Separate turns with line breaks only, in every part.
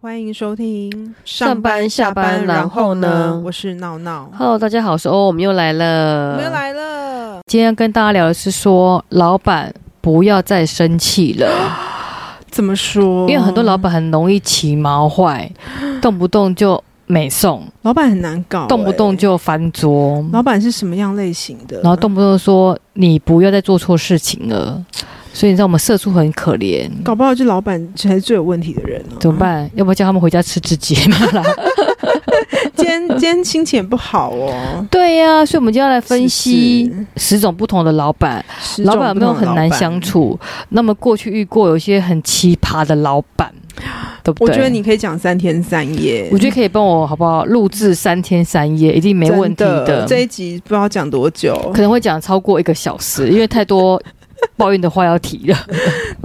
欢迎收听
上班下班然后呢
我是闹闹，
Hello，大家好，我是欧，我们又来
我
了。
们又。来了。
今天要跟大家聊的是说，老板不要再生气 了，
怎么说？
因为很多老板很容易起毛坏，动不动就美送，
老板很难搞欸、
动不动就翻桌，
老板是什么样类型的？
然后动不动说你不要再做错事情了。所以你知道我们社畜很可怜，
搞不好就老板才是最有问题的人、啊、
怎么？办？要不要叫他们回家吃自己？没有啦
今天今天心情也不好哦。
对呀、所以我们就要来分析
是
十种不同的老板。
是
老板有没有很难相？
十种
处？那么过去遇过有些很奇葩的老板，
不同的老板
对不
我
对？
觉得你可以讲三天三夜。
我觉得可以帮我好不好？录制三天三夜，一定没问题
真的
的。
这一集不知道讲多久，
可能会讲超过一个小时，因为太多抱怨的话要提 了。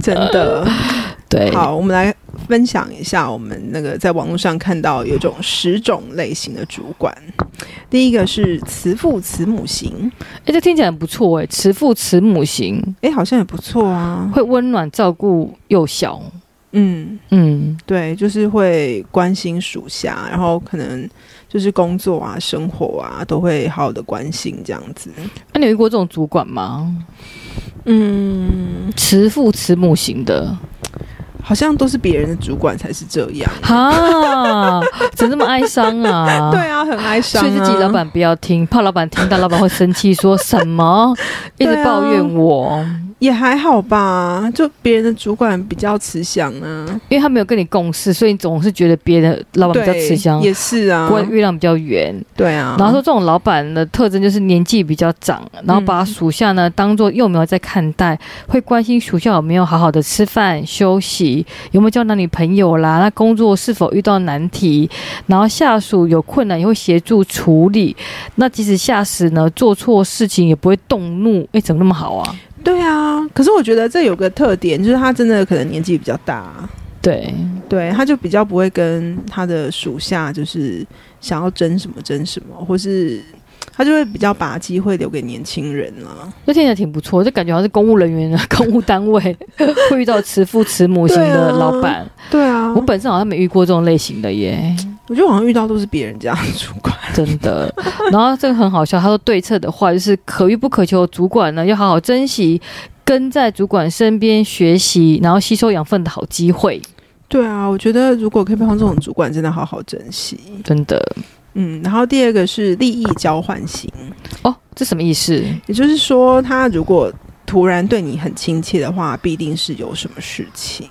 真的。
呃对，
好，我们来分享一下我们那个在网络上看到有一种十种类型的主管。第一个是慈父慈母型，
哎，这听起来很不错哎，慈父慈母型，
哎，好像也不错啊。
会温暖照顾幼小。
嗯，
嗯，
对，就是会关心属下，然后可能就是工作啊、生活啊都会好好的关心这样子。
那、啊你有遇过这种主管吗？
嗯，
慈父慈母型的，
好像都是别人的主管才是这样。
哈，怎么这么哀伤啊？
对啊，很哀伤、
所
啊。
以自己老板不要听，怕老板听到，老板会生气，说什么一直抱怨我，
啊也还好吧，就别人的主管比较慈祥啊，
因为他没有跟你共事，所以你总是觉得别的老板比较
对
吃香，
也是啊，
关月亮比较圆。
对啊，
然后说这种老板的特征就是年纪比较长，然后把属下呢当做幼苗在看待，会关心属下有没有好好的吃饭、休息，有没有交男女朋友啦，那工作是否遇到难题，然后下属有困难也会协助处理。那即使下属呢做错事情也不会动怒，哎，怎么那么好啊？
对啊，可是我觉得这有个特点，就是他真的可能年纪比较大，啊
对，
对，他就比较不会跟他的属下就是想要争什么争什么，或是他就会比较把机会留给年轻人啊了。
这听起来挺不错，这感觉好像是公务人员的 公务单位会遇到慈父慈母型
对啊
的老板。
对啊，我
我本身好像没遇过这种类型的耶。
我觉得好像遇到都是别人家的主 管，
真的。然后这个很好笑，他说对策的话就是可遇不可求，主管呢要好好珍惜。跟在主管身边学习，然后吸收养分的好机会，
对啊，我觉得如果可以碰到这种主管，真的好好珍惜。
真的
嗯，然后第二个是利益交换型，
哦，这什么意思？
也就是说，他如果突然对你很亲切的话，必定是有什么事情。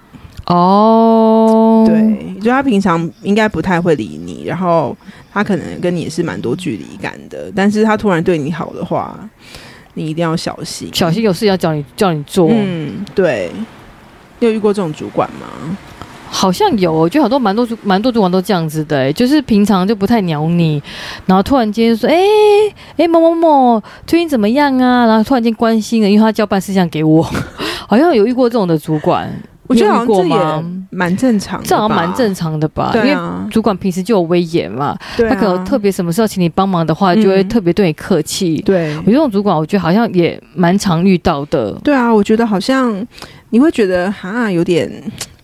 哦，，
对，就他平常应该不太会理你，然后他可能跟你也是蛮多距离感的，但是他突然对你好的话，你一定要小心。
小心有事要叫你叫你做，哦
嗯，对。你有遇过这种主管吗？
好像有，我觉得好多蛮多主蛮多主管都这样子的、欸，就是平常就不太鸟你，然后突然间就说，哎、哎、某某某最近怎么样啊？然后突然间关心了，因为他交办事项给我， 好像有遇过这种的主管，
我觉得
你
好
有
像
遇过
这
吗
也？蛮正常的吧，
这好像蛮正常的吧，
对
因为
啊，
主管平时就有威严嘛，
对啊，
他可能特别什么事要请你帮忙的话，就会
嗯
特别对你客气。
对
我觉得这种主管，我觉得好像也蛮常遇到的。
对啊，我觉得好像你会觉得哈有点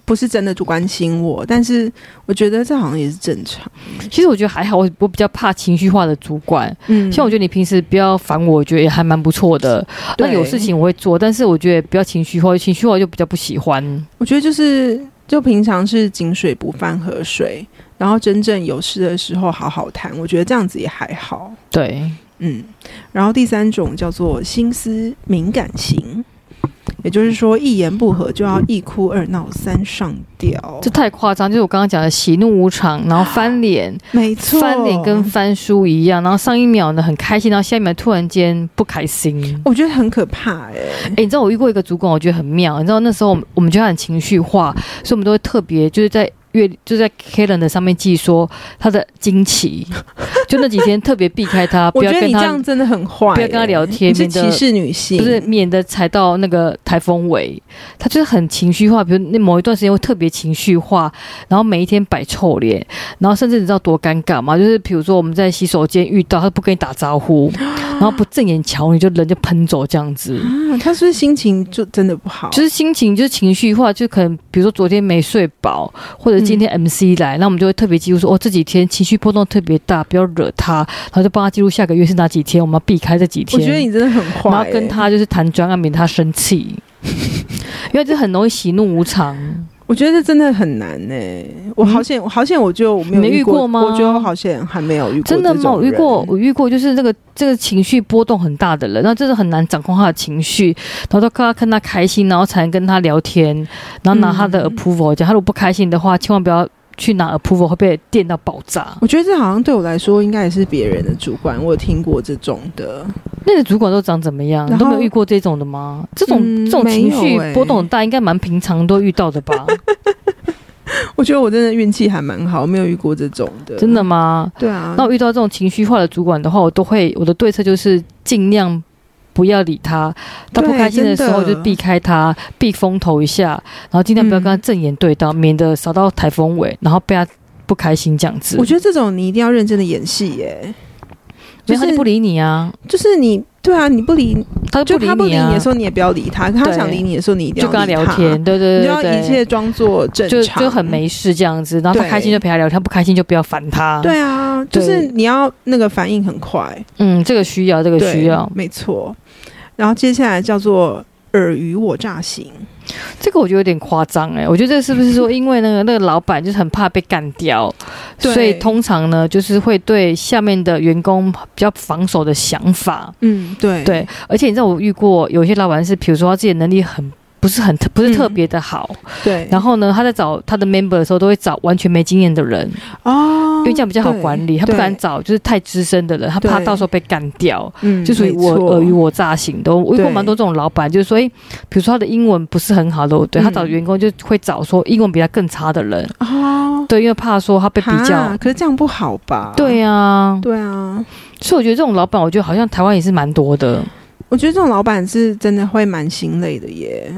不是真的就关心我，但是我觉得这好像也是正常。
其实我觉得还好，我我比较怕情绪化的主管。
嗯
像我觉得你平时不要烦我，我觉得也还蛮不错的。那
对
有事情我会做，但是我觉得不要情绪化，情绪化就比较不喜欢。
我觉得就是，就平常是井水不犯河水，然后真正有事的时候好好谈，我觉得这样子也还好。
对，
嗯，然后第三种叫做心思敏感型，也就是说一言不合就要一哭二闹三上吊，
这太夸张，就是我刚刚讲的喜怒无常，然后翻脸，
没啊错，
翻脸跟翻书一样，然后上一秒呢很开心，然后下一秒突然间不开心。
我觉得很可怕哎、
哎、你知道我遇过一个主管，我觉得很妙。你知道那时候我们我们觉得他很情绪化，所以我们都会特别就是在月就在 calendar 上面记说他的惊奇，就那几天特别避开 他，
我
啊不
觉
要
得
跟
你这
他
样真的很坏、欸，
不要跟他聊天
你是
免得
歧视女性，
不是免得踩到那个台风尾。他就是很情绪化，比如那某一段时间会特别情绪化，然后每一天摆臭脸，然后甚至你知道多尴尬吗？就是比如说我们在洗手间遇到，他不跟你打 招呼，然后不正眼瞧你就人就喷走这样子。
啊？他是不是心情就真的不好？
就是心情，就是情绪化，就可能比如说昨天没睡饱，或者者今天
嗯
MC 来，那我们就会特别记录说，哦，这几天情绪波动特别大，不要惹他，然后就帮他记录下个月是哪几天，我们要避开这几
我
天。
觉得你真的很坏、
我们要跟
欸
他就是谈专案，免他生气， 因为这很容易喜怒无常。
我觉得这真的很难呢、我好险，我好险，我就没有
嗯你没遇过吗
我觉得我好险还没有遇过
真的
这
吗？
种
我遇过
人，
我遇过，就是这个这个情绪波动很大的人，然后真的很难掌控他的情绪，然后都看他看他开心，然后才能跟他聊天，然后拿他的
嗯
approval 讲。他如果不开心的话，千万不要去拿 approval，会被电到爆炸。
我觉得这好像对我来说应该也是别人的主管，我有听过这种的。
那个主管都长怎么样？
然
你
后
都没有遇过这种的吗？这种、
嗯
这种
没
情绪
有欸
波动很大，应该蛮平常都遇到 的吧？
我觉得我真的运气还蛮好，没有遇过这种的。
真的？吗？
对啊。
那我遇到这种情绪化的主管的话，我都会我的对策就是尽量不要理他，他
对
不开心的时候
真的
就避开他，避风头一下，然后尽量不要跟他
嗯
正眼对到，免得扫到台风尾，然后被他不开心这样子。
我觉得这种你一定要认真的演戏耶、就
没有他
是
就不理你啊，
就是你对啊，你不理，
他就
就
不
他不理
你
你
啊
的时，候，你也不要理他；可他
对
想理你的时候，你一定
就
要
跟他
理
聊天，对
你
对
就
对
要
对，
一切装作正
就
常，
就很。没事这样子，然后他
对
开心就陪他聊天，不开心就不要烦他。，
对啊，就
对
是你要那个反应很快，
嗯，这个需要，这个
对，
需要，
没错。然后接下来叫做尔虞我诈型，
这个我觉得有点夸张哎，我觉得这是不是说因为那个那个老板就是很怕被干掉，
对
所以通常呢就是会对下面的员工比较防守的想法，
嗯，对
对，而且你知道我遇过有些老板是，比如说他自己的能力很。不是很特不是特别的好，
嗯对，
然后呢，他在找他的 member 的时候，都会找完全没经验的人，
哦，
因为这样比较好
对
管理。他不敢，找就是太资深的人，他怕
对
到时候被干掉。
对嗯，
就属于我
没错
尔虞我诈型的。我遇过
对
蛮多这种老板，就是说，诶比如说他的英文不是很好的，我对
嗯
他找员工就会找说英文比他更差的人，
哦，
对，因为怕说他被比较
哈。可是这样不好吧？
对啊，
对啊，
所以我觉得这种老板，我觉得好像台湾也是蛮多
嗯
的。
我觉得这种老板是真的会蛮心累的耶，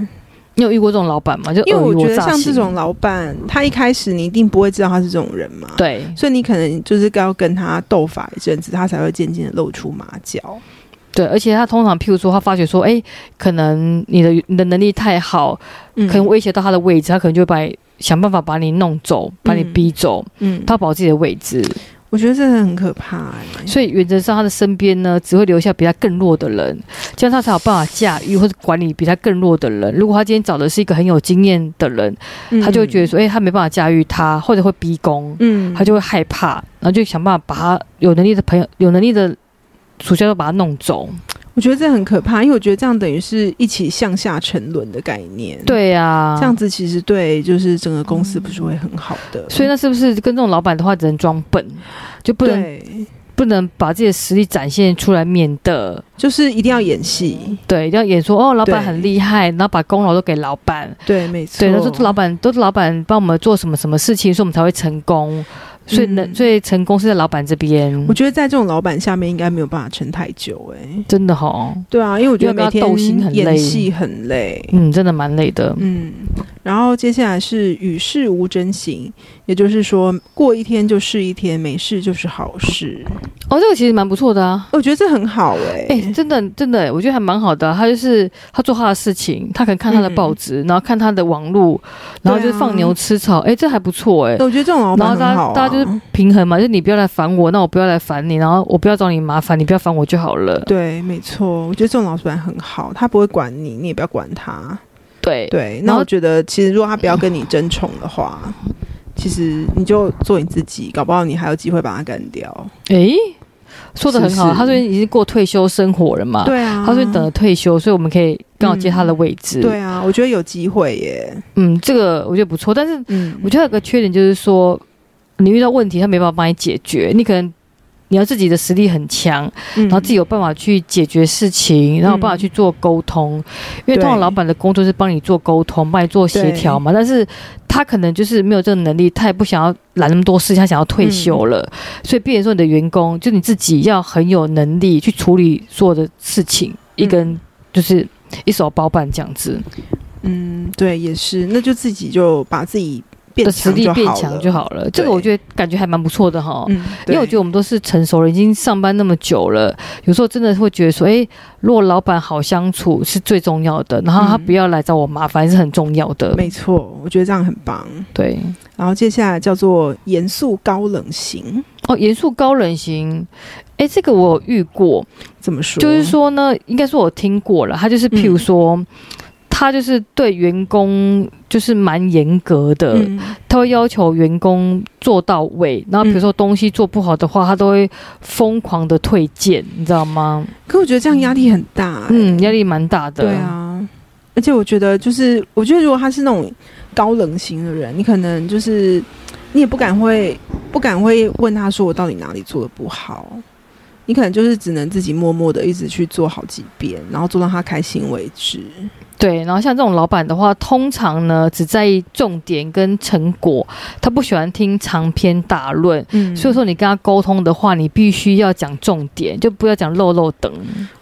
你有遇过这种老板吗？就
因为
尔
我
虞
觉得
诈
像
型
这种老板，他一开始你一定不会知道他是这种人嘛，，
对，
所以你可能就是要跟他斗法一阵子，他才会渐渐的露出马脚。
对，而且他通常，譬如说，他发觉说，诶，可能你的你的能力太好，
嗯
可能威胁到他的位置，他可能就会把你想办法把你弄走，把你
嗯
逼走，
嗯，
他保自己的位置。
我觉得这很可怕欸耶，
所以原则上，他的身边呢，只会留下比他更弱的人，这样他才有办法驾驭或者管理比他更弱的人。如果他今天找的是一个很有经验的人，
嗯
他就会觉得，说，哎、他没办法驾驭他，或者会逼宫，
嗯，
他就会害怕，然后就想办法把他有能力的朋友、有能力的属下都把他弄走。
我觉得这很可怕，因为我觉得这样等于是一起向下沉沦的概念，。
对呀、啊，
这样。子其实对，就是整个公司不是会很好的。
所以那是不是跟这种老板的话，只能装笨，就不能
对，
不能把自己的实力展现出来，免得
就是一定要演戏。
对一定要演说哦，老板
对
很厉害，然后把功劳都给老板。
对，没错。
对，他说老板都是老板帮我们做什么什么事情，所以我们才会成功。所以呢，
嗯哦
所以成功是在老板这边
我，觉得在这种老板下面应该没有办法撑太久、哎，
真的哈，
对啊，因为我觉得
因
每
为跟他
天
斗心很累
演戏很累。
嗯，真的蛮累的。
嗯，然后接下来是与世无争型，也就是说过一天就是一天，没事就是好事。
哦，这个其实蛮不错的啊。
我觉得这很好哎、
哎、真的，真的，我觉得还蛮好的啊、他就是他做他的事情，他可能看他的
嗯
报纸，然后看他的网络，然后
对
就
啊
放牛吃草。哎、这还不错哎、
我觉得这种老
然后
板
大
很
家、
好、啊、
大家就是平衡嘛，就是你不要来烦我，那我不要来烦你，然后我不要找你麻烦，你不要烦我就好了。
对，没错，我觉得这种老板很好，他不会管你，你也不要管他。
哎对
对，
然
那
后
我觉得其实如果他不要跟你争宠的话，其实你就做你自己，搞不好你还有机会把他干掉。
诶，说的很好，
是不是
他最近已经过退休生活了嘛。
对啊，
他说你等了退休，所以我们可以刚好接他的位置。
对，啊，我觉得有机会耶。
嗯，这个我觉得不错。但是
嗯，
我觉得有个缺点就是说，你遇到问题他没办法帮你解决，你可能你要自己的实力很强，
嗯
然后自己有办法去解决事情，然后有办法去做沟通。因为通常
对
老板的工作是帮你做沟通，帮你做协调嘛，但是他可能就是没有这个能力，他也不想要揽那么多事，他想要退
嗯
休了，所以变成说你的员工就你自己要很有能力去处理所有的事情，一个人就是一手包办这样子，
嗯，对，也是，那就自己就把自己变
的实
强
力
就
变
好
强
了
就。好了。这个我觉得感觉还蛮不错的哈。
嗯，
因为我觉得我们都是成熟人，已经上班那么久了，有时候真的会觉得说，诶，如果老板好相处是最重要的，然后他
嗯
不要来找我麻烦是很重要的
得。没错，我觉得这样很棒。
对，
然后接下来叫做严肃高冷型，
哦，严肃高冷型，哎，这个我有遇过，
怎么说？
就是说呢，应该说我听过了，他就是譬如说，他就是对员工就是蛮严格的，
嗯，
他会要求员工做到位，然后比如说东西做不好的话，他都会疯狂的退件，你知道吗？
可我觉得这样压力很大、
嗯，压力蛮大的。
哎对，啊，而且我觉得就是，我觉得如果他是那种高冷型的人，你可能就是你也不敢会不敢会问他说我到底哪里做的不好，你可能就是只能自己默默的一直去做好几遍，然后做到他开心为止。
对。然后像这种老板的话，通常呢只在意重点跟成果，他不喜欢听长篇大论。
嗯
所以说，你跟他沟通的话，你必须要讲重点，就不要讲漏漏等。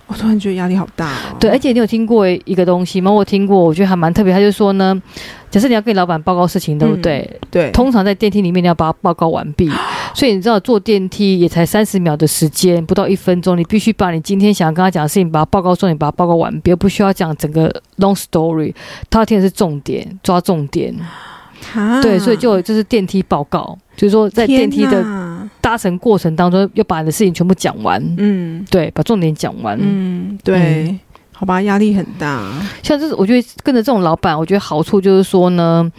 我突然觉得压力好大哦。
对，而且你有听过一个东西吗？我听过，我觉得还蛮特别。他就说呢，假设你要跟你老板报告事情，对不
嗯
对？
对，
通常在电梯里面你要把它报告完毕，所以你知道坐电梯也才三十秒的时间，不到一分钟，你必须把你今天想要跟他讲的事情把它报告重点，把它报告完毕，而不需要讲整个 long story。他要听的是重点，抓重点。
啊哈
对，所以就就是电梯报告，就是说在电梯
天
的
哪
搭乘过程当中，要把你的事情全部讲完，
嗯
对，把重点讲完。
嗯对。好吧，压力很大。
像这种，我觉得跟着这种老板，我觉得好处就是说呢。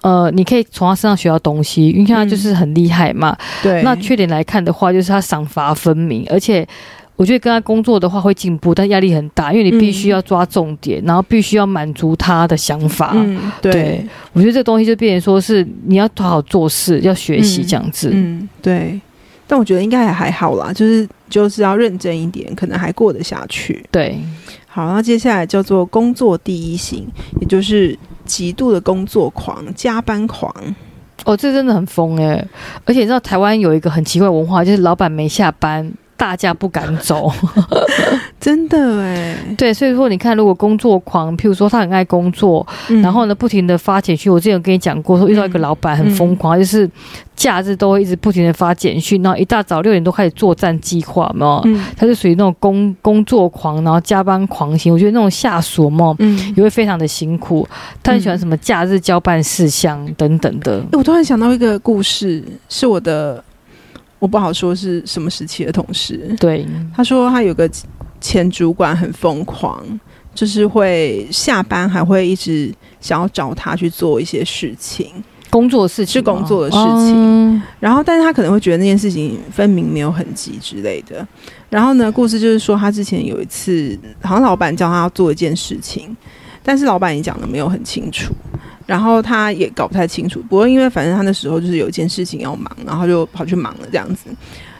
呃，你可以从他身上学到东西，因为他就是很厉害嘛。
对，
那缺点来看的话，就是他赏罚分明，而且我觉得跟他工作的话会进步，但压力很大，因为你必须要抓重点，然后必须要满足他的想法。
嗯，对
啊对，我觉得这东西就变成说是你要好好做事，要学习
嗯
这样子。
嗯，对。但我觉得应该也还好啦，就是就是要认真一点，可能还过得下去。
对，
好，那接下来叫做工作第一型，也就是极度的工作狂、加班狂。
哦，这真的很疯哎、而且你知道台湾有一个很奇怪的文化，就是老板没下班。大家不敢 走，
真的哎、
对，所以说你看，如果工作狂，譬如说他很爱工作，
嗯
然后呢，不停的发简讯。我之前有跟你讲过，说遇到一个
嗯
老板很疯狂，就是假日都会一直不停的发简讯，然后一大早六点多开始作战计划，有没有？
嗯
他就属于那种工工作狂，然后加班狂型。我觉得那种下属嘛，
嗯，
也会非常的辛苦。他很喜欢
嗯
什么假日交办事项等等的。
诶我突然想到一个故事，是我的，我不好说是什么时期的同事，
对，
他说他有个前主管很疯狂，就是会下班还会一直想要找他去做一些事情。
工作事情
是工
嘛
作的事情
嗯
然后，但是他可能会觉得那件事情分明没有很急之类的。然后呢，故事就是说，他之前有一次，好像老板叫他要做一件事情，但是老板也讲的没有很清楚，然后他也搞不太清楚。不过因为反正他那时候就是有一件事情要忙，然后就跑去忙了这样子。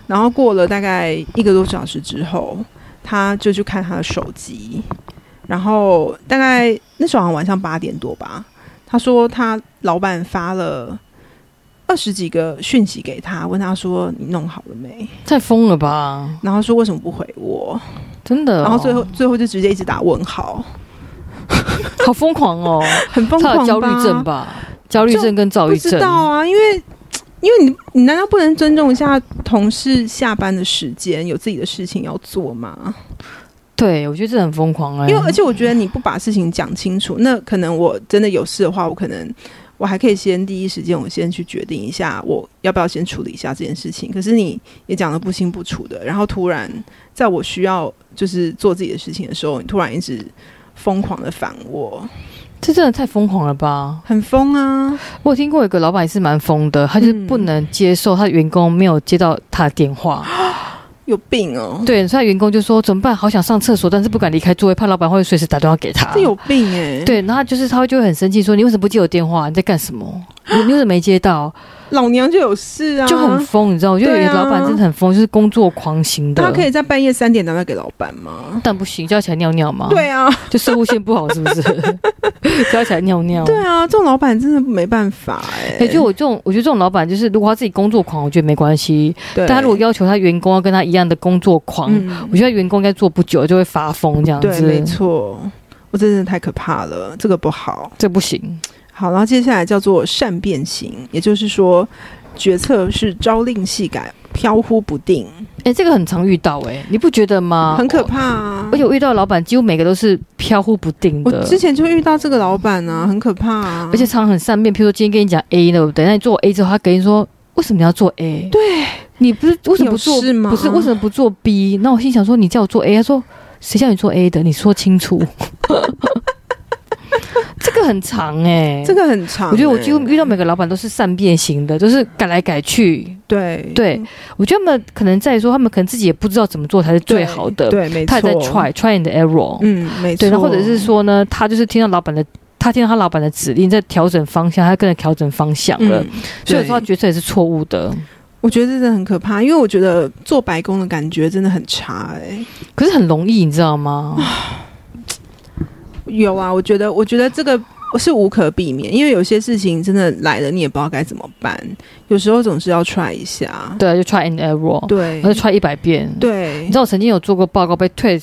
然后过了大概一个多小时之后，他就去看他的手机，然后大概那时候好像晚上八点多吧，他说他老板发了。二十几个讯息给他，问他说你弄好了没？
太疯了吧，
然后说为什么不回我？
真的哦、
然后最后最后就直接一直打问 号，
好疯狂哦，
很 疯
他
狂
有焦虑症？吧？焦虑
就
症跟躁
不
郁
知
症。
道啊，因为因为你你难道不能尊重一下同事下班的时间，有自己的事情要做吗？
对，我觉得这很疯狂哎、
因为而且我觉得你不把事情讲清楚，那可能我真的有事的话，我可能我还可以先第一时间我先去决定一下，我要不要先处理一下这件事情。可是你也讲的不清不楚的，然后突然在我需要就是做自己的事情的时候，你突然一直疯狂的烦我，
这真的太疯狂了吧！
很疯啊！
我有听过一个老板也是蛮疯的，他
嗯
就是不能接受他的员工没有接到他的 电话，
有病哦，
对，所以他员工就说怎么办？好想上厕所，但是不敢离开座位，怕老板会随时打电话给他。
这有病哎、，
对，然后他就是他会就会很生气，说你为什么不接我电话？你在干什么？你你为什么没接到？
老娘就有事啊，
就很。疯，你知道？我觉得有
对
些
啊
老板真的很疯，就是工作狂型的。
他可以在半夜三点打电话给老板吗？
但不行，就要起来尿尿嘛。，
对啊，
就生物线不好，是不 是？就要起来尿尿。
对啊，这种老板真的没办法哎、
哎、就我这种，我觉得这种老板就是，如果他自己工作狂，我觉得没关系。
对
但他如果要求他员工要跟他一样的工作狂，
嗯
我觉得员工应该做不久就会发疯这样
对，
子。
没错，我真的太可怕了，这个不好。
这不行。
好，然后接下来叫做善变型，也就是说决策是朝令夕改、飘忽不定，
哎、这个很常遇到哎、你不觉得吗？
很可
我。
怕啊
而！且我遇到的老板几乎每个都是飘忽不定
我
的，
之前就遇到这个老板啊，很可怕啊！
而且常常很善变。譬如说今天跟你讲 A 对不对？那你做 A 之后，他跟你说为什么你要做 A？
对，
你不是为什么不做
有事？吗
不是为什么不做 B？那我心想说你叫我做 A，他说谁叫你做 A 的？你说清楚。 这个很长哎、
这个很长欸、
我觉得我几乎遇到每个老板都是善变型的，就是改来改去。
对
对我觉得他们可能在于说，他们可能自己也不知道怎么做才是最好的，
对，没错，
他也在 try try and error。
嗯，没错，
对，那或者是说呢，他就是听到老板的，他听到他老板的指令，在调整方向，他跟着调整方向了，
嗯，
所以有时候
对
他决策也是错误的。
我觉得真的很可怕，因为我觉得做白工的感觉真的很差哎、
可是很容易，你知道吗？
啊有啊，我觉得，我觉得这个是无可避免，因为有些事情真的来了，你也不知道该怎么办，有时候总是要 try 一下。
对，就 try and error，
对
然后就 try 一百遍。，
对
你知道我曾经有做过报告被退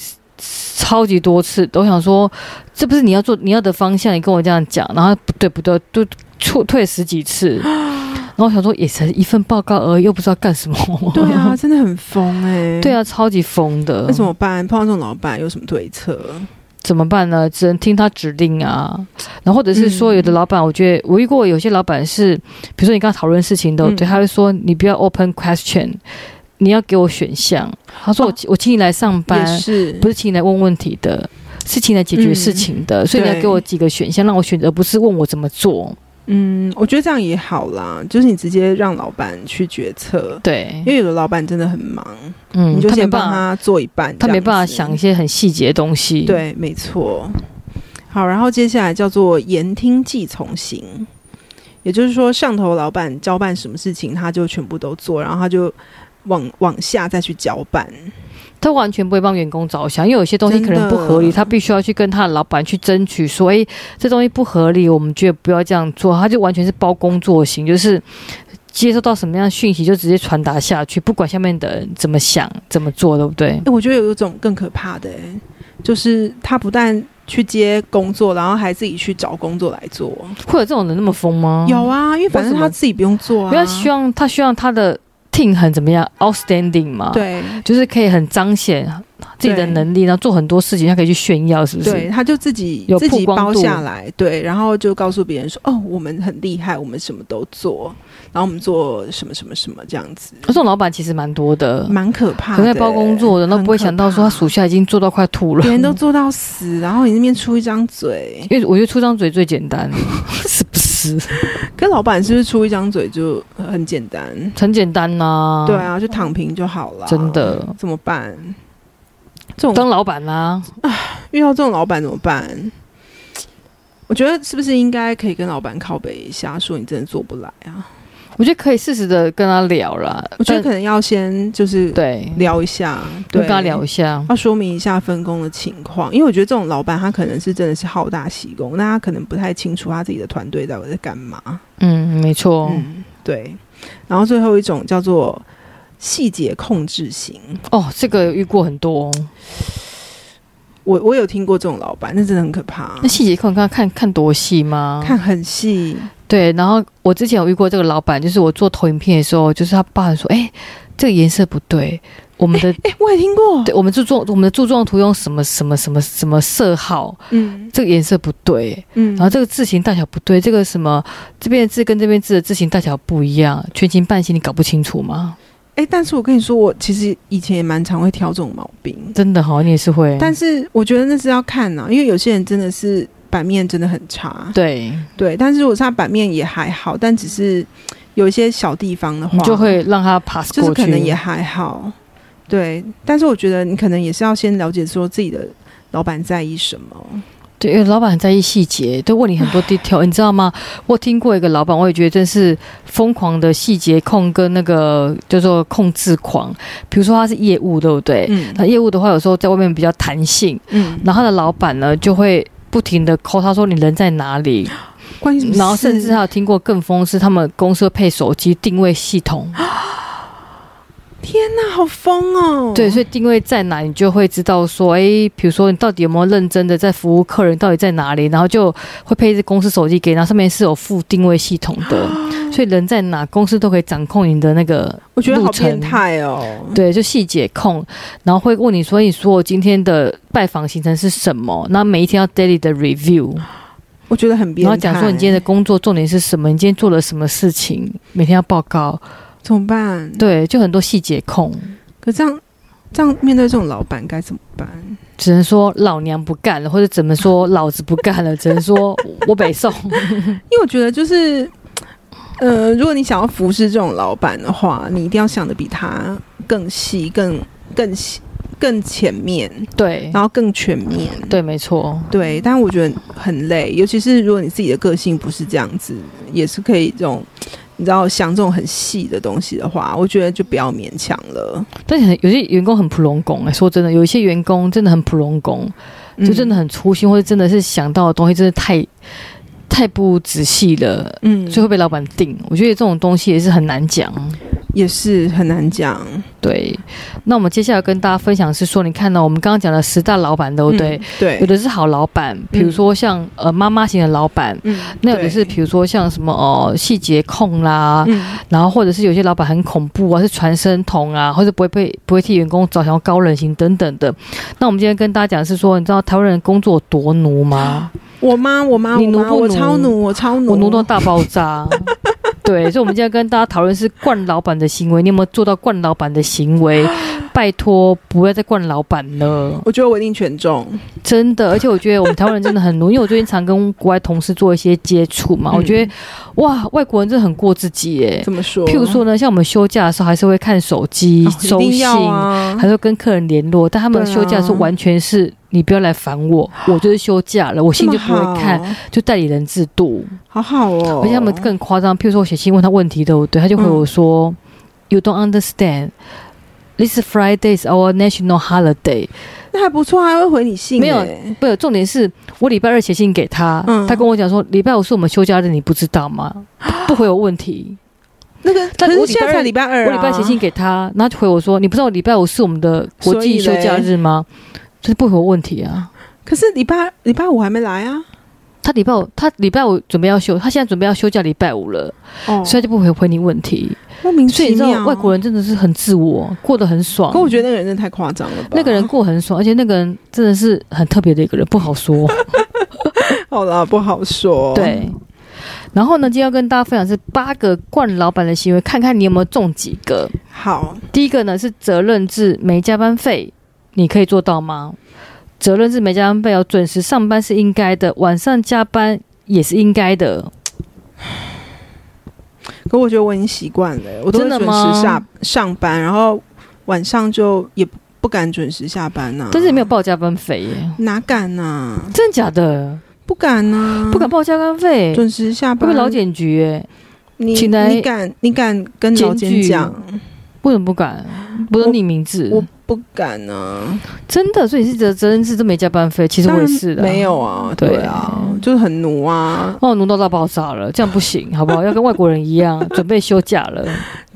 超级多次的，我想说这不是你要做你要的方向，你跟我这样讲，然后不对不对，都错退十几次。
啊
然后我想说，也才一份报告而已，又不知道干什么。
对啊，真的很疯哎、
对，啊，超级疯的。
那怎么办？碰到这种老板有什么对策？
怎么办呢？只能听他指令啊。然后或者是说，
嗯
有的老板，我觉得我遇过有些老板是，比如说你刚刚讨论事情的，
嗯
对，他会说你不要 open question，你要给我选项。他说我、
哦
我请你来上班
也，是，
不是请你来问问题的，是请你来解决事情的，所以你要
对
给我几个选项让我选择，不是问我怎么做。
嗯，我觉得这样也好啦，就是你直接让老板去决策，
对
因，为有的老板真的很忙，
嗯
你就
他没
先帮
办法，
他做一半，
他没办法
这样
想
子
一些很细节的东西。，
对，没错。好，然后接下来叫做言听计从型，也就是说，上头老板交办什么事情，他就全部都做，然后他就往往下再去交办。
他完全不会帮员工着想，因为有些东西可能不合理，
真的
他必须要去跟他的老板去争取说，诶，这东西不合理，我们觉得不要这样做。他就完全是包工作型，就是接收到什么样的讯息就直接传达下去，不管下面的人怎么想、怎么做，对不对？
哎，我觉得有一种更可怕的、诶就是他不但去接工作，然后还自己去找工作来做。
会有这种人那么疯吗？
有，啊，因为反正
哦为什
他
么
自己不用做啊。
因为他希望他希望他的 team 很怎么样 outstanding 嘛，，
对
就是可以很彰显自己的
对
能力，然后做很多事情，他可以去炫耀，是不是？
对，他就自己
有
自己
曝光
包
度
下来，对，然后就告诉别人说，哦，我们很厉害，我们什么都做，然后我们做什么什么什么这样子，
这种老板其实蛮多的，
蛮可怕
可
的、
能在哦包工作的，那
嗯很
不会
可
想到说他
怕
属下已经做到快吐了。
别人都做到死，然后你那边出一张嘴，
因为我觉得出张嘴最简单， 是不是？
跟老板是不是出一张嘴就很简单？
很简单呐、
对，啊，就躺平就好了，
真的
怎么办？这种
当老板啦、
遇到这种老板怎么办？我觉得是不是应该可以跟老板靠北一下，说你真的做不来啊？
我觉得可以适时的跟他聊啦。
我觉得可
但
能要先就是
对，
聊一下，
就
对，
跟他聊一下。
要说明一下分工的情况，因为我觉得这种老板他可能是真的是好大喜功，那他可能不太清楚他自己的团队到底在干嘛。
嗯，没错。
嗯，对。然后最后一种叫做细节控制型，
哦，这个遇过很多、哦。
我我有听过这种老板，那真的很可怕
那，细节看看看看多细吗？
看很细，
对，然后我之前有遇过这个老板，就是我做投影片的时候，就是他爸说：“哎、这个颜色不对，我们的、
哎、我也听过，
对，我们柱状我们的柱状图用什么什么什么什么色号，
嗯
这个颜色不对。”
嗯，
然后这个字形大小不对，这个什么这边的字跟这边字的字形大小不一样，全形半形你搞不清楚吗？
哎、但是我跟你说，我其实以前也蛮常会挑这种毛病，
真的好，你也是会，
但
是
是我觉得那是要看呐、因为有些人真的是版面真的很差，
对
对，但是如果是他版面也还好，但只是有一些小地方的话，
你就会让他 pass
就是
过去，
可能也还好，对。但是我觉得你可能也是要先了解说自己的老板在意什么，
对，因为老板很在意细节，都问你很多 detail，你知道吗？我听过一个老板，我也觉得真是疯狂的细节控跟那个叫做控制狂，比如说他是业务，对不对？
嗯
那业务的话，有时候在外面比较弹性，
嗯，
然后他的老板呢就会不停的 call 他说你人在哪里，
关于什么事，
然后甚至还有听过更疯是他们公司会配手机定位系统，
天哪，好疯哦！
对，所以定位在哪，你就会知道说，诶，比如说你到底有没有认真的在服务客人，到底在哪里，然后就会配置公司手机给你，然后上面是有附定位系统的，所以人在哪，公司都可以掌控你的那个，
我觉得好变
路程
态哦。
对，就细节控，然后会问你说，你说我今天的拜访行程是什么，然后每一天要 daily 的 review，
我觉得很变
然
态。
后讲说你今天的工作重点是什么，你今天做了什么事情，每天要报告，
怎么办？
对，就很多细节控，
可这样这样面对这种老板该怎么办？
只能说老娘不干了，或者怎么说老子不干了，只能说 我北宋。
因为我觉得就是，呃，如果你想要服侍这种老板的话，你一定要想的比他更细、更更细、更前面，
对
然后更全面。
对，没错，
对，但我觉得很累，尤其是如果你自己的个性不是这样子，也是可以这种，你知道想这种很细的东西的话，我觉得就不要勉强了，
但是有些员工很普龙工哎、说真的，有一些员工真的很普龙工，
嗯
就真的很粗心，或者真的是想到的东西真的太太不仔细了。
嗯，嗯
最后被老板定，我觉得这种东西也是很难讲。
也是很难讲，
对，那我们接下来跟大家分享是说，你看到我们刚刚讲的十大老板，对不哦对？
嗯对，
有的是好老板，比如说像、呃妈妈型的老板，
嗯，
那有的是啊
对
比如说像什么哦细节控啦，
嗯
然后或者是有些老板很恐怖啊，是传声筒啊，或者不会被不会替员工着想，高人型等等的。那我们今天跟大家讲的是说，你知道台湾人工作有多奴吗？
我妈，我妈，
你
我妈
奴不
我
奴
超奴，我超啊奴，
我奴到大爆 炸。对，所以我们今天跟大家讨论是惯老板的行为，你有没有做到惯老板的行为？拜托，不要再惯老板了，
我觉得我一定全中，
真的。而且我觉得我们台湾人真的很奴，因为我最近常跟国外同事做一些接触嘛，
嗯
我觉得哇，外国人真的很过自己耶。
怎么说？
譬如说呢，像我们休假的时候，还是会看手机、
哦，
收
一定
信，
要啊，
还是会跟客人联络。但他们
对啊哦
休假的时候，完全是你不要来烦我，我就是休假了，我信就不会看，就代理人制度。
好，好好哦，嗯
而且他们更夸张，譬如说我写信问他问题，对不对？他就回我说、y o u don't understand。This Friday is our national holiday。
那还不错啊，还会回你信欸，
没有不，重点是我礼拜二写信给他，
嗯
他跟我讲说礼拜五是我们休假日，你不知道 吗？不回我问题。
那个，
但
可是
我礼拜
现在才
二
礼拜二啊，
我礼拜写信给他，然后就回我说：“你不知道我礼拜五是我们的国际休假日吗？”就是不回我问题啊。
可是礼拜礼拜五还没来啊，
他礼拜五，他礼拜五准备要休，他现在准备要休假礼拜五了，
哦
所以他就不回回你问题。
莫名
所以
其
你知
妙，
道，外国。人真的是很自我，过得很爽
可。我觉得那个人真的太夸张了吧？
那个人过得很爽，而且那个人真的是很特别的一个人，不好说。
好了，不好说。，
对。然后呢，今天要跟大家分享是八个惯老板的行为，看看你有没有中几个。
好，
第一个呢是责任制没加班费，你可以做到吗？责任制没加班费要准时上班是应该的，晚上加班也是应该的。
可我觉得我已经习惯了，我都
真
是
的
准
吗
时下上班，然后晚上就也不敢准时下班呐、
但是你没有报加班费耶，
哪敢呐、
真的假的？
不敢呐、
不敢报加班费，会
准时下
不
班。
会劳检局耶？
你
请来
你敢你敢跟老监
检举
讲？
为什么不敢？不是
我
匿名制，
我不敢啊，
真的，所以你是责责任制都没加班费，其实
当
我也
然
是的，
没有啊，
对
对啊，就是很奴啊，
哦，奴到大爆炸了，这样不行，好不好？要跟外国人 一样，准备休假了。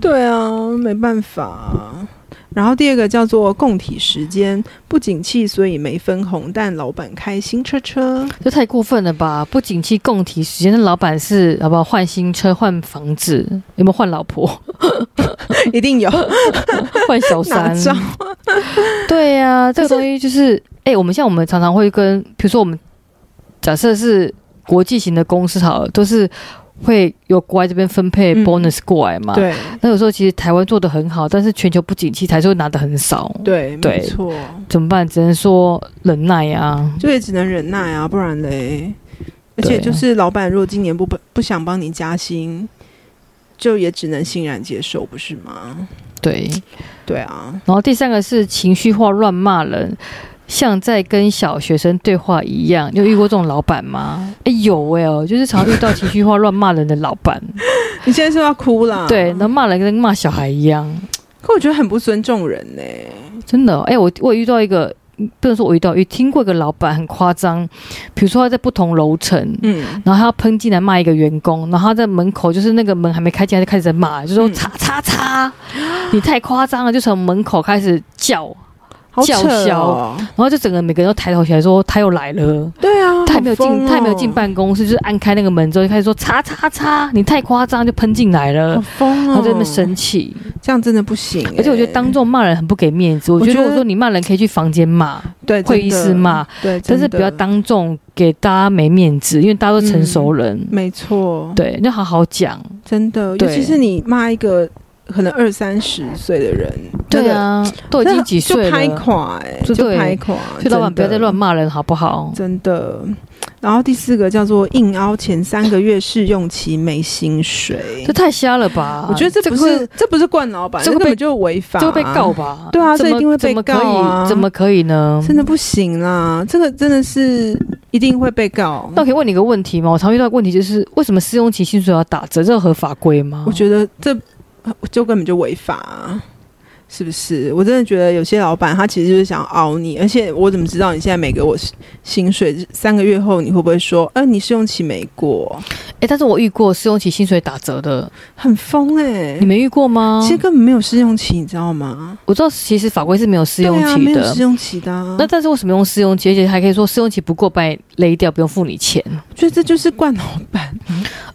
对啊，没办法啊。然后第二个叫做供体时间不景气，所以没分红，但老板开新车 车。
这太过分了吧！不景气供体时间，那老板是好不好？换新车、换房子，有没有换老婆、
一定有
换小
哪
三？
招？
对呀、 这个东西就是，哎、我们像我们常常会跟，比如说我们假设是国际型的公司好了，都是会有国外这边分配
嗯
bonus 过来嘛。。
对
那有时候其实台湾做的很好，但是全球不景气，台湾拿的很少，
对，
对
没错，
怎么办？只能说忍耐啊。
就也只能忍耐啊，不然嘞。而
对
且
啊
就是老板，如果今年不不想帮你加薪，就也只能欣然接受，不是吗？
对。
对啊，
然后第三个是情绪化乱骂人，像在跟小学生对话一样。你有遇过这种老板吗？哎，有哎、哦，就是常遇到情绪化乱骂人的老 板，
你现在是不是要哭啦？
对，然后骂人跟骂小孩一样，
可我觉得很不尊重人呢、
真的哦哎、我我有遇到一个。不能说我遇到，也听过一个老板很夸张，比如说他在不同楼层，
嗯，
然后他要喷进来骂一个员工，然后他在门口就是那个门还没开进来就开始在骂，就说
嗯
叉叉叉，你太夸张了，就从门口开始叫，
好扯
叫
哦，
然后就整个每个人都抬头起来说他又来了，
对啊，
他还没有
好疯
进，他还没有
哦
进，办公室，就是按开那个门之后就开始说叉叉叉，你太夸张就喷进来了
好，疯
然
哦，
后在那边生气，
这样真的不行欸，
而且我觉得当众骂人很不给面子，我
我
觉
觉
得
得
如果说你骂人可以去房间骂，
对
会议
真的
室骂
对，
但
真
是
的
不要当众给大家没面子，因为大家都成熟人，
没错，
对，要好好讲，
真的，尤
对
其是你骂一个可能二三十岁的人，
对啊，都
那
已
个，
经几岁
就拍
了，
垮哎，
就
就
对
拍垮，
所以老板不要再
真的
乱骂人，好不好？
真的。然后第四个叫做硬凹前三个月试用期没薪水
这，太瞎了吧！
我觉得这不
啊个
是这不是惯老板，
这
这
个
根
被
本就违法，啊
这会被告，吧？
对啊
怎么
这一定会被告啊
怎么可以？怎么可以呢？
真的不行啦，这个真的是一定会被告
那。我可以问你一个问题吗？我常遇到的问题就是，为什么试用期薪水要打折？这合法规吗？
我觉得这就根本就违法、啊。是不是？我真的觉得有些老板他其实就是想熬你，而且我怎么知道你现在没给我薪水？三个月后你会不会说，呃，你试用期没过？
得，哎，但是我遇过试用期薪水打折的，
很疯哎、
你没遇过吗
其？实根本没有试用期，你知道吗？
我知道，其实法规是没有试
对
用
啊，
期
没有
的
试。用期的、啊。
那但是为什么用试用期？而且还可以说试用期不过把你勒掉，不用付你钱。
我觉得这就是惯老板，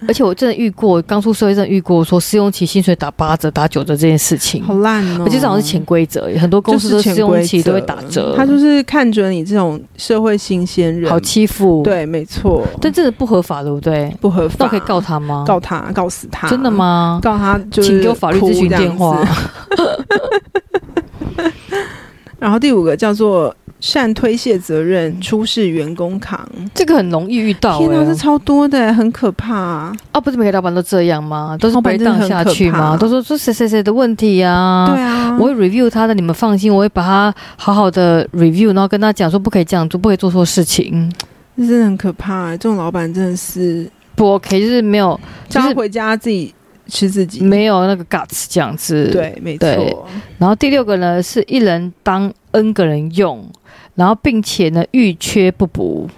而且我真的遇过，刚出社会真的遇过说试用期薪水打八折、打九折这件事情。
好烂哦！
我记得这好像是潜规则，很多公司
就
都
是潜
试用期
规则
都会打折，
嗯他就是看准你这种社会新鲜人，
好欺负。，
对，没错，
但真的不合法，对不对？
不合法，
那我可以告他吗？
告他，告死他，
真的？吗？
告他就是
请给我法律咨询
哭这样
电话
子。然后第五个叫做善推卸责任，出事员工扛。
这个很容易遇到、
天哪，这
欸。
超多的，很可怕、啊。
啊，不是每个老板都这样吗？都是
哎老板
被
真的
当
很
下
可
去吗？
怕
都说这谁谁谁的问题呀、啊？
对啊，
我会 review 他的，你们放心，我会把他好好的 review，然后跟他讲说不可以这样做，不可以做错事情，
这真的很可怕、欸这种老板真的是
不 OK，就是没有，就
叫他
是
回家自己吃自己。
没有那个 guts 这样子。。
对，没
嗯对
错。
然后第六个呢是一人当 n 个人用，然后并且呢遇缺不补，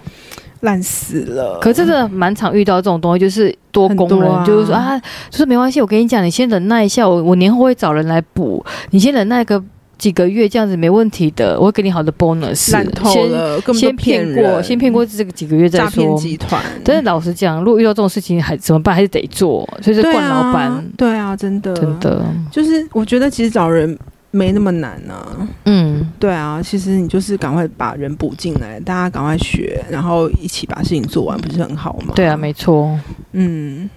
烂死了。
可是真的蛮常遇到这种东西，就是多工
很
人，
多啊
就是说啊，就是没关系，我跟你讲，你先忍耐一下，我我年后会找人来补，你先忍耐个几个月，这样子没问题的，我会给你好的 bonus。
烂透
先
了，根本就
先骗
人
过，先骗过这个几个月再
诈骗
说。
集团，
但是老实讲，如果遇到这种事情，还怎么办？还是得做，所以就
对
惯老板，
啊，对啊，真的，
真，的，
就是我觉得其实找人没那么难啊。
嗯，
对啊，其实你就是赶快把人补进来，大家赶快学，然后一起把事情做完，不是很好吗？
对啊，，没错。
嗯。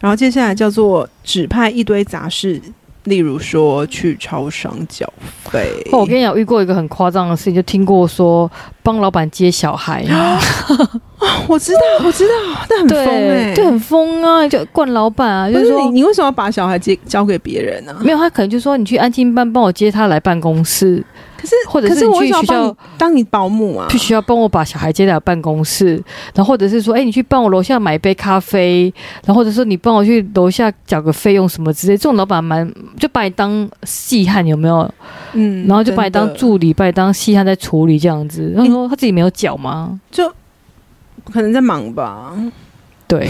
然后接下来叫做指派一堆杂事，例如说去超商缴费。
哦，我跟你讲，遇过一个很夸张的事情，就听过说帮老板接小 孩。
我知道，我知道，那很疯哎、
对，就很疯啊，就惯老板啊，就
不
是
是
说
你，你为什么要把小孩接交给别人呢、啊
没有，他可能就说你去安静班帮我接他来办公室，
可是，
或者
可
是
是
你
我为
去
什么
学
要帮你
校
当你保姆啊？
去学校帮我把小孩接来办公室，然后或者是说，哎，你去帮我楼下买一杯咖啡，然后或者说你帮我去楼下缴个费用什么之类，这种老板蛮就把你当细汉有没有？
嗯
然后就把你
真的
当助理，把你当细汉在处理这样子。然后说他自己没有缴吗？
可能在忙吧。
对，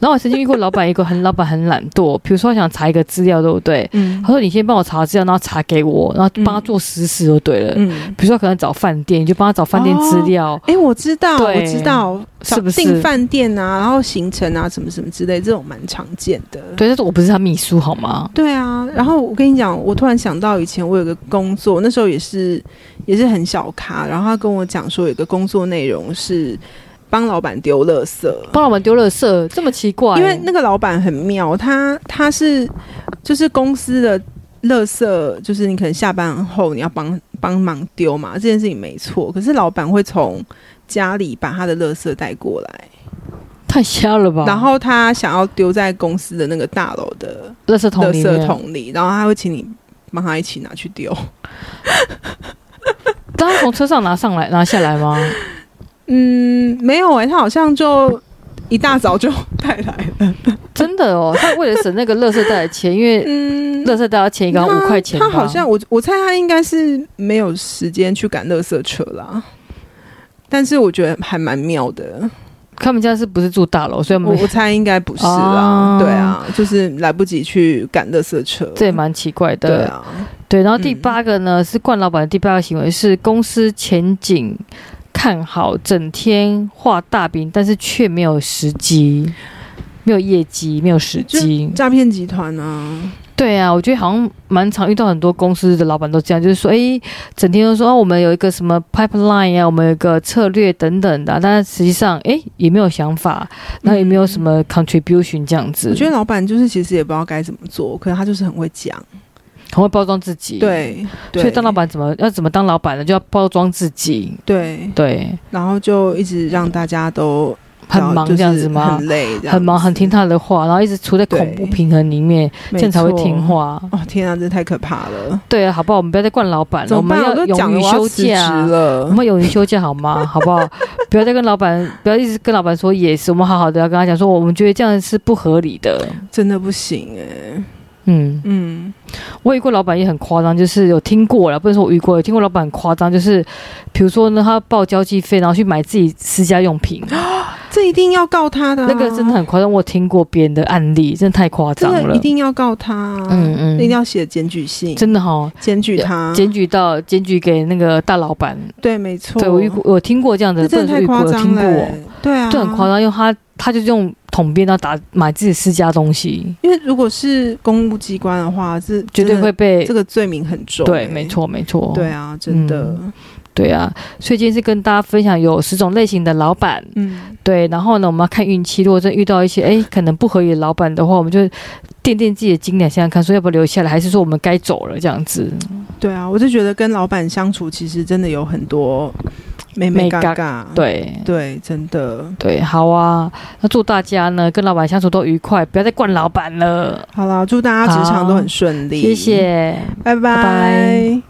然后我曾经遇过老板，一个很老板很懒惰，比如说他想查一个资料，对不对？
嗯
他说你先帮我查资料，然后查给我，然后帮他做实时就对了。
嗯，
比如说可能找饭店，你就帮他找饭店资料，
哎、我知道，
对
我知道，
是不是
订饭店啊，然后行程啊，什么什么之类，这种蛮常见的。
对，但是我不是他秘书好吗？
对啊，然后我跟你讲，我突然想到以前我有个工作，那时候也是也是很小咖，然后他跟我讲说有个工作内容是帮老板丢垃圾，
帮我们丢垃圾，这么奇怪？
因为那个老板很妙，他他是就是公司的垃圾，就是你可能下班后你要帮帮忙丢嘛，这件事情没错。可是老板会从家里把他的垃圾带过来，
太瞎了吧？
然后他想要丢在公司的那个大楼的
垃圾桶
垃
里面
圾，桶里，然后他会请你帮他一起拿去丢。
当他从车上拿上来拿下来 吗？
嗯欸嗯，没有哎、他好像就一大早就 带来了，
真的哦，他为了省那个垃圾袋的钱，因为
嗯，
垃圾袋要钱一个五块钱吧
他好像我我猜他应该是没有时间去赶垃圾车啦。但是我觉得还蛮妙的，
他们家是不是住大楼，哦所以我
我
们
我猜应该不是
哦
啦， 对啊，就是来不及去赶垃圾车，
这也蛮奇怪的。
对啊，
对，然后第
嗯
八个呢、是冠老板的第八个行为是公司前景看好，整天画大饼，但是却没有时机，没有业绩，没有时机。
诈骗集团啊，
对啊，我觉得好像蛮常遇到很多公司的老板都这样，就是说，诶，整天都说、哦、我们有一个什么 pipeline 啊，我们有一个策略等等的啊、但是实际上，诶，也没有想法，然后也没有什么 contribution 这样
嗯
子，
我觉得老板就是其实也不知道该怎么做，可是他就是很会讲，
很会包装自己。，
对，对
所以当老板怎么要怎么当老板呢？就要包装自己。
对，
对，
然后就一直让大家都
很忙
就是
这样子吗？
很累这样子，
很忙，很听他的话，然后一直处在恐怖
对
平衡里面，这
没
样才会
错
听。话。
哦天啊，这太可怕了！
对啊，好不好？我们不要再惯老板了，
怎
我
么
们
办？我
要
都讲了
勇于
我
休
要辞职
假啊。我
了，
们勇于休假 好吗？好不好？不要再跟老板，不要一直跟老板说 yes，我们好好的要跟他讲说，我们觉得这样是不合理的。
真的不行哎、
嗯，
嗯，
我遇过老板也很夸张，就是有听过了，不能说我遇过，有听过老板很夸张，就是比如说呢，他报交际费，然后去买自己私家用 品，
这一定要告他的、啊，
那个真的很夸张。我有听过别人的案例，真的太夸张
真的
了
一。定要告他、啊，
嗯嗯
一定要写检举信，
真的哈、
检举他，
检举到检举给那个大老板，
对，没错，
对我遇过，我听过这样的，
这
不
真
能
的太
说遇过，
夸
有
张
听
了、
过，
对啊，
就很夸。张，因为他他就用桶边要打买自己私家东西，
因为如果是公务机关的话，是
绝对会被
这个罪名很重、
对，
哎
没，错没错，
对啊，真的，
对啊，所以今天是跟大家分享有十种类型的老板，
嗯，
对，然后呢，我们要看运气，如果真遇到一些哎可能不合理的老板的话，我们就掂掂自己的斤两，想想看说要不要留下来，还是说我们该走了这样子，
对啊，我就觉得跟老板相处其实真的有很多美美
美
嘎
嘎
嘎，
对。
对，真的。
对，好啊，那祝大家呢跟老板相处都愉快，不要再惯老板了。
好啦，祝大家职场都很顺利，
谢，谢。
拜拜
拜